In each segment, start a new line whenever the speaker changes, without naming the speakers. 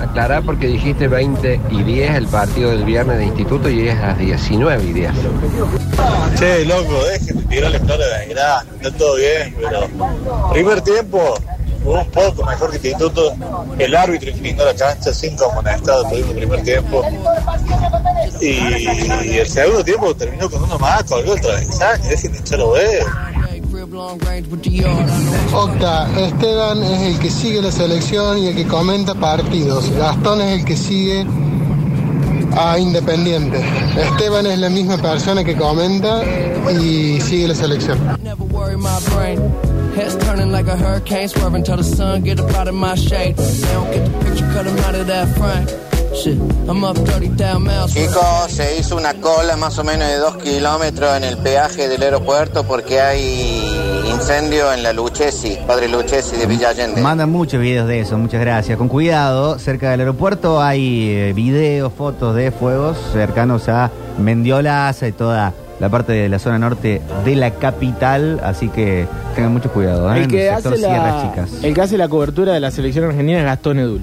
aclarar porque dijiste 20 y 10 el partido del viernes de instituto y es a las 19 y 10.
Che, loco, dejen de tirar la historia de Belgrano, está todo bien, pero primer tiempo jugó un poco mejor que Instituto, el árbitro inclinó la cancha, cinco amonestados tuvimos el primer tiempo, y, el segundo tiempo terminó con uno más, colgó el travesaño, dejen de echarlo ver.
Octa, Esteban es el que sigue la selección y el que comenta partidos. Gastón es el que sigue a Independiente. Esteban es la misma persona que comenta y sigue la selección.
Never worry my brain. Heads turning like a hurricane, swerving till the sun get up out of my shade. They don't get the picture, cut 'em out of that frame. Shit, I'm up 30,000 miles.
Chicos, se hizo una cola más o menos de dos kilómetros en el peaje del aeropuerto porque hay incendio en la Luchesi, Padre Luchesi de Villa Allende.
Mandan muchos videos de eso, muchas gracias. Con cuidado, cerca del aeropuerto hay eh, videos, fotos de fuegos cercanos a Mendiolaza y toda la parte de la zona norte de la capital, así que tengan mucho cuidado. ¿eh?
El que,
En
hace
Sierra
la,
Chicas.
el que hace la cobertura de la selección argentina es Gastón Edul.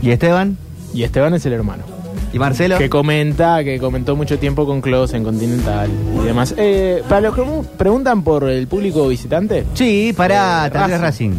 ¿Y Esteban?
Y Esteban es el hermano.
¿Y Marcelo?
Que comenta, que comentó mucho tiempo con Klaus en Continental y demás. Eh, para los que mu- preguntan por el público visitante,
Sí, para
Eh,
Talleres Racing.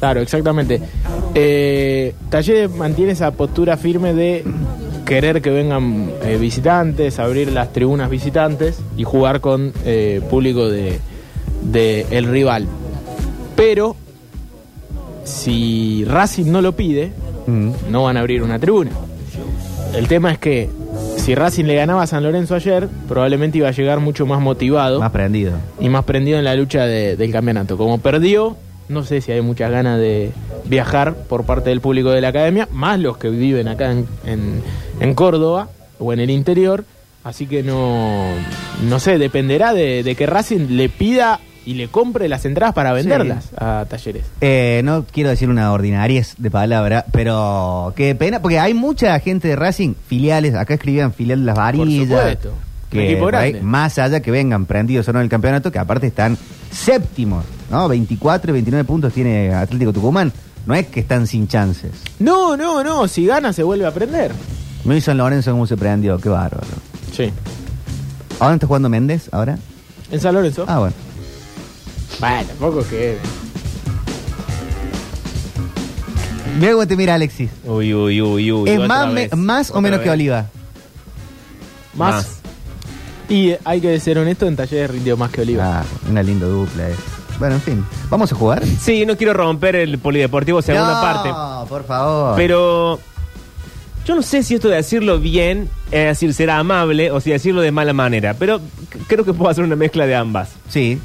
claro, exactamente. Eh, Talleres mantiene esa postura firme de querer que vengan eh, visitantes, abrir las tribunas visitantes y jugar con eh, público de, de el rival. Pero si Racing no lo pide,
Mm.
no van a abrir una tribuna. El tema es que si Racing le ganaba a San Lorenzo ayer, probablemente iba a llegar mucho más motivado
Más prendido.
y más prendido en la lucha de- del campeonato. Como perdió, no sé si hay muchas ganas de viajar por parte del público de la academia, más los que viven acá en, en- en Córdoba o en el interior. Así que no, no sé, dependerá de, de que Racing le pida y le compre las entradas para venderlas a talleres.
Eh, no quiero decir una ordinariez de palabra, pero qué pena, porque hay mucha gente de Racing, filiales, acá escribían filial de las varillas.
supuesto. Un
Que
equipo
por ahí,
grande.
más allá que vengan prendidos o no en el campeonato, que aparte están séptimos, ¿no? 24 y 29 puntos tiene Atlético Tucumán. No es que están sin chances.
No, no, no, si gana se vuelve a prender.
No hizo San Lorenzo como se prendió, qué bárbaro.
Sí.
¿Ahora está jugando Méndez? ¿Ahora?
¿En San Lorenzo?
Ah, bueno.
Bueno, tampoco es que.
Mira cómo te mira Alexis.
Uy, uy, uy, uy.
es
otra
más, me-
vez,
más o
otra
menos que
vez.
Oliva.
Más.
Más.
Y eh, hay que ser honesto, en talleres rindió más que Oliva.
Ah, una linda dupla es. Bueno, en fin. ¿Vamos a jugar?
Sí, no quiero romper el polideportivo segunda
no,
parte.
por favor.
Pero yo no sé si esto de decirlo bien, es decir, será amable o si decirlo de mala manera, pero c- creo que puedo hacer una mezcla de ambas.
Sí.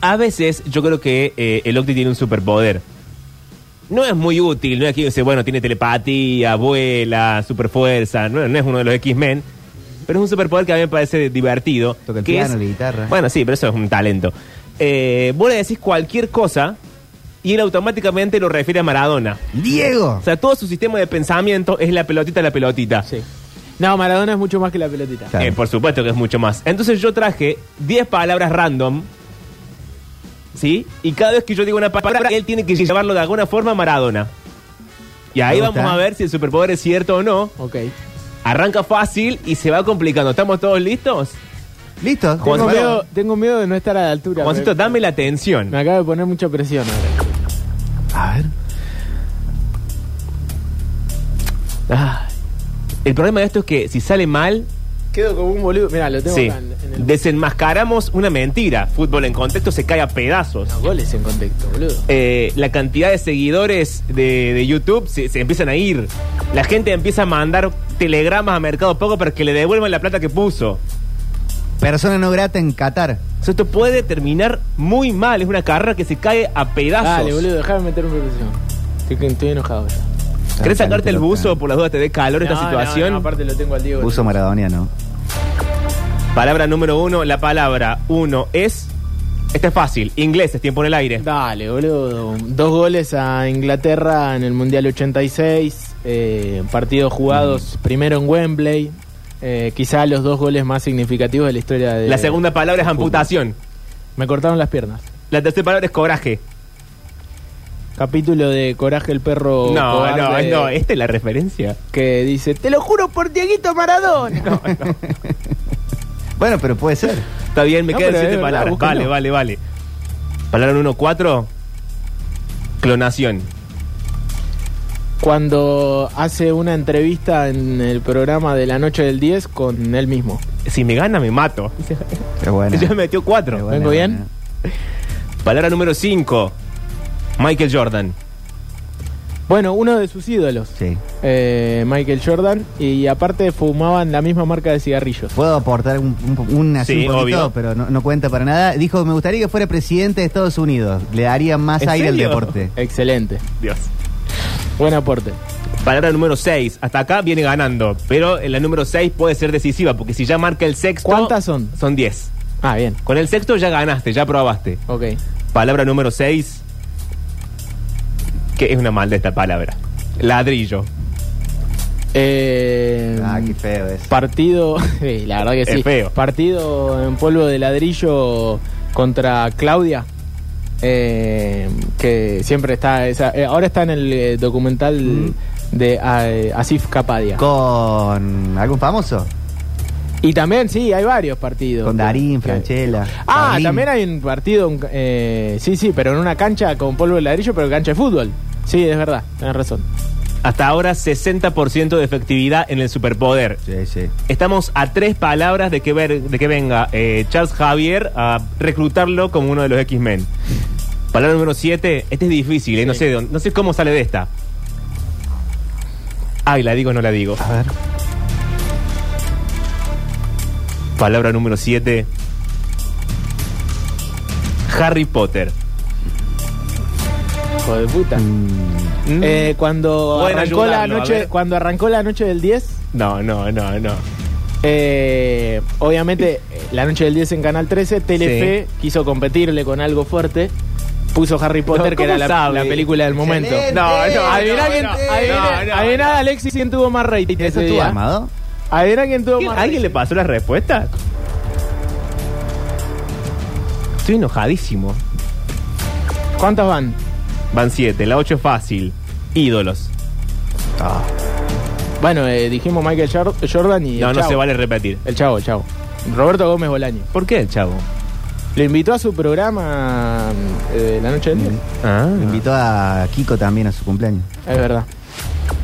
A veces yo creo que eh, el Octi tiene un superpoder. No es muy útil, no es que dice, bueno, tiene telepatía, vuela, superfuerza, no, no es uno de los X-Men, pero es un superpoder que a mí me parece divertido.
Toca el
que
piano,
es-
la guitarra.
Bueno, sí, pero eso es un talento. Eh, vos le decís cualquier cosa y él automáticamente lo refiere a Maradona.
Diego.
O sea, todo su sistema de pensamiento es la pelotita, la pelotita.
Sí. No, Maradona es mucho más que la pelotita.
Claro.
Eh, por supuesto que es mucho más. Entonces yo traje 10 palabras random. ¿Sí? Y cada vez que yo digo una palabra, él tiene que llevarlo de alguna forma a Maradona. Y ahí
Me
vamos
gusta.
a ver si el superpoder es cierto o no.
Ok.
Arranca fácil y se va complicando. ¿Estamos todos listos?
¿Listo?
Tengo
Juancito.
miedo, tengo miedo de no estar a la altura.
Juancito,
me,
dame la atención.
me acaba de poner mucha presión ahora.
A ver.
Ah. El problema de esto es que si sale mal,
Quedo como un boludo. Mirá, lo tengo
sí,
acá en, en el...
desenmascaramos una mentira. Fútbol en contexto se cae a pedazos.
Los goles en contexto, boludo.
eh, la cantidad de seguidores de, de YouTube se, se empiezan a ir. La gente empieza a mandar telegramas a Mercado Pago para que le devuelvan la plata que puso.
Persona no grata en Qatar.
O sea, esto puede terminar muy mal. Es una carrera que se cae a pedazos.
Dale, boludo, déjame meter un presión. Estoy, estoy enojado ya.
¿Querés sacarte el
Loca.
buzo? Por las dudas te dé calor
No,
esta
no,
situación.
no, aparte lo tengo al Diego.
Uso maradoniano.
Palabra número uno. La palabra uno es... Esta es fácil. Inglés es tiempo en el aire.
Dale, boludo. Dos goles a Inglaterra en el Mundial 86. eh, partidos
Mm.
jugados primero en Wembley. eh, quizá los dos goles más significativos de la historia de.
La segunda palabra es amputación.
Me cortaron las piernas.
La tercera palabra es coraje.
Capítulo de Coraje el perro.
No, no,
cobarde,
no, esta es la referencia.
Que dice: Te lo juro por Dieguito Maradona.
Bueno, pero puede ser.
Está bien, me
No,
quedan
pero es
siete
verdad,
palabras.
búscalo.
Vale, vale, vale. Palabra uno, cuatro. Clonación.
Cuando hace una entrevista en el programa de la noche del 10 con él mismo.
Si me gana, me mato.
Es bueno.
Ya me metió cuatro.
¿Vengo bien?
Palabra número cinco. Michael Jordan.
Bueno, uno de sus ídolos.
Sí.
eh, Michael Jordan. Y aparte fumaban la misma marca de cigarrillos.
Puedo aportar un, un- un- así
Sí,
un poquito,
obvio.
pero no, no cuenta para nada. Dijo, me gustaría que fuera presidente de Estados Unidos. Le daría más
¿En
aire
serio?
al deporte.
Excelente.
Dios.
Buen aporte.
Palabra número seis. Hasta acá viene ganando. Pero en la número seis puede ser decisiva, porque si ya marca el sexto.
¿Cuántas son?
Son diez.
Ah, bien.
Con el sexto ya ganaste, ya probaste.
Ok.
Palabra número 6. Que es una maldad esta palabra. Ladrillo.
Eh,
Ah, qué feo es.
Partido, sí, la verdad que
Es
sí.
feo.
Partido en polvo de ladrillo contra Claudia, eh, que siempre está, esa- eh, ahora está en el eh, documental de eh, Asif Kapadia.
Con algún famoso.
y también, sí, hay varios partidos.
Con Darín,
Que-
Franchella.
Ah,
Carlín.
también hay un partido, en- eh, sí, sí, pero en una cancha con polvo de ladrillo, pero cancha de fútbol. Sí, es verdad, tenés razón.
Hasta ahora 60% de efectividad en el superpoder.
Sí, sí.
Estamos a tres palabras de que, ver, de que venga eh, Charles Javier a reclutarlo como uno de los X-Men. Palabra número 7. Este es difícil, eh, no,
Sí.
sé, de dónde- no sé cómo sale de esta. Ay, la digo o no la digo.
A ver.
Palabra número 7. Harry Potter.
Hijo de puta.
Mm.
Eh, cuando,
Pueden
arrancó la
ayudarlo, a
noche,
ver.
cuando arrancó la noche del 10,
No, no, no, no.
eh, obviamente eh, la noche del 10 en Canal 13, Telefe quiso competirle con algo fuerte, puso Harry Potter, que
¿cómo
era la, la
sabe?
película del momento.
Excelente.
No, no,
Adivina quién,
no,
adiviná-
no, no.
adiviná, Alexis quién tuvo más rating
¿Eso
ese
¿eh?
estuvo
día.
armado?
Adivina quién tuvo
¿Alguien-
más
¿Alguien le pasó la respuesta? Estoy enojadísimo.
rating. ¿Cuántas van?
Van siete, la 8 fácil. Ídolos.
Bueno, eh, dijimos Michael Jor- Jordan y
No,
el
no
Chavo.
se vale repetir.
El chavo, el chavo. Roberto Gómez Bolaño.
¿Por qué el chavo?
Lo invitó a su programa eh, La Noche del 10.
Ah,
Me invitó a Kiko también a su cumpleaños.
Es verdad.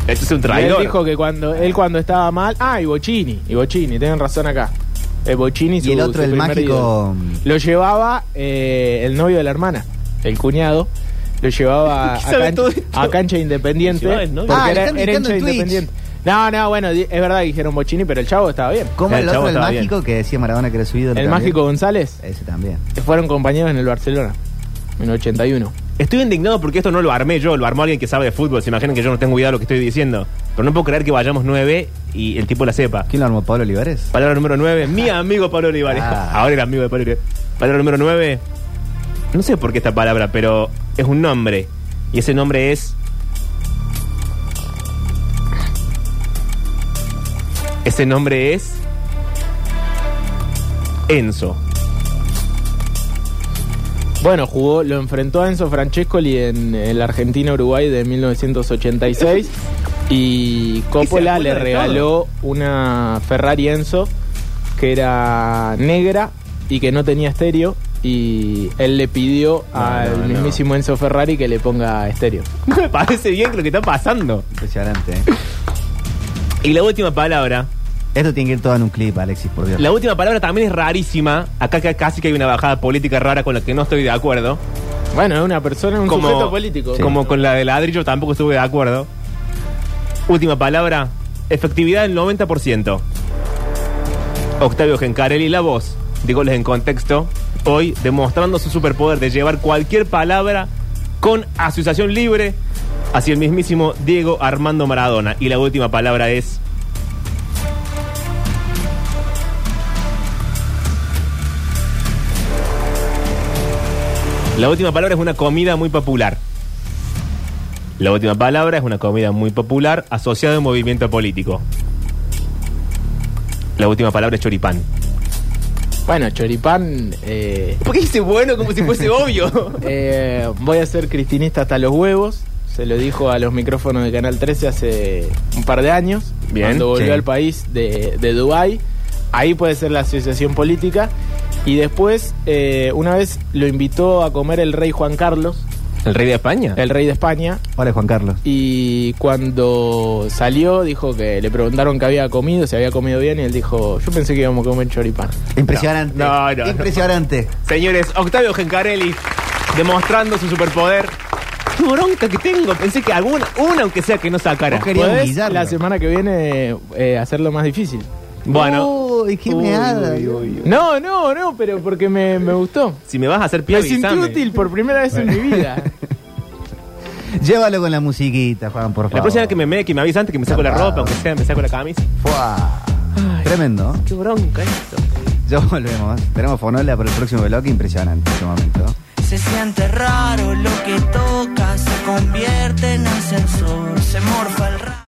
esto es un
Y
traidor.
Él dijo que cuando él cuando estaba mal. Ah, y Bocini. Y Bocini, tienen razón acá. Eh, Bocini
Y el
su-
otro,
su
el
primer
mágico- mm.
ídolo. Lo llevaba eh, el novio de la hermana, el cuñado. Lo llevaba a,
¿Qué sabe
cancha-
todo esto?
a cancha
Lo llevaba
independiente.
el novio.
porque
Ah,
era,
le están
era
gritando
hincha
en Twitch.
independiente. No, no, bueno, di- es verdad que dijeron Bocini, pero el chavo estaba bien.
Como
El
el,
chavo
otro, el
estaba
mágico que decía Maradona que era su ídolo
El
también.
mágico González
Ese también.
fueron compañeros en el Barcelona, en el 81.
Estoy indignado porque esto no lo armé yo, lo armó alguien que sabe de fútbol. Se imaginan que yo no tengo idea de lo que estoy diciendo. Pero no puedo creer que vayamos 9 y el tipo la sepa.
¿Quién lo armó? ¿Pablo Olivares?
Palabra número 9, mi amigo Pablo Olivares.
Ah.
Ahora era amigo de Pablo Olivares. Palabra número 9, no sé por qué esta palabra, pero es un nombre. Y ese nombre es. Ese nombre es. Enzo.
Bueno, jugó, lo enfrentó a Enzo Francescoli en el Argentina-Uruguay de 1986 y Coppola
acuerda
le
de
regaló una Ferrari Enzo que era negra y que no tenía estéreo y él le pidió al
no, no.
mismísimo Enzo Ferrari que le ponga estéreo.
No me parece bien lo que está pasando.
Impresionante. ¿eh?
Y la última palabra.
Esto tiene que ir todo en un clip, Alexis, por Dios.
La última palabra también es rarísima. Acá ca- casi que hay una bajada política rara con la que no estoy de acuerdo.
Bueno, es una persona, un sujeto político.
Como con la de ladrillo tampoco estuve de acuerdo. Última palabra. Efectividad del 90%. Octavio Gencarelli, la voz de Goles en Contexto, hoy demostrando su superpoder de llevar cualquier palabra con asociación libre hacia el mismísimo Diego Armando Maradona. Y la última palabra es... La última palabra es una comida muy popular. La última palabra es una comida muy popular asociada a un movimiento político. La última palabra es choripán.
Bueno, choripán. eh,
¿Por qué dice bueno como si fuese obvio?
eh, voy a ser cristinista hasta los huevos. Se lo dijo a los micrófonos de Canal 13 hace un par de años.
Bien,
cuando volvió
sí.
al país de, de Dubái. Ahí puede ser la asociación política. Y después, eh, una vez lo invitó a comer el rey Juan Carlos,
¿El rey de España?
el rey de España.
Hola, Juan Carlos.
Y cuando salió, dijo que le preguntaron qué había comido, si había comido bien, y él dijo: Yo pensé que íbamos a comer choripán.
Impresionante.
No, no, no.
Impresionante.
Señores, Octavio Gencarelli demostrando su superpoder. ¡Qué bronca que tengo! Pensé que alguna, una aunque sea que no sacara.
Vos querías
¿Podés?
humillarlo.
La semana que viene, eh, hacerlo más difícil.
Bueno,
Uy, qué meada.
No, no, no, pero porque me, me gustó.
si me vas a hacer pie,
Me sentí
avísame.
útil por primera vez en mi vida.
Llévalo con la musiquita, Juan, por favor.
La próxima vez que me meque, me avisa antes que me saco la
Zarpado.
ropa, aunque sea me saco la camisa.
Fuá. Tremendo.
¡Qué bronca esto!
Ya volvemos. Tenemos Fonola para el próximo bloque. Impresionante este momento.
Se siente raro lo que toca, se convierte en ascensor, se morfa el ra-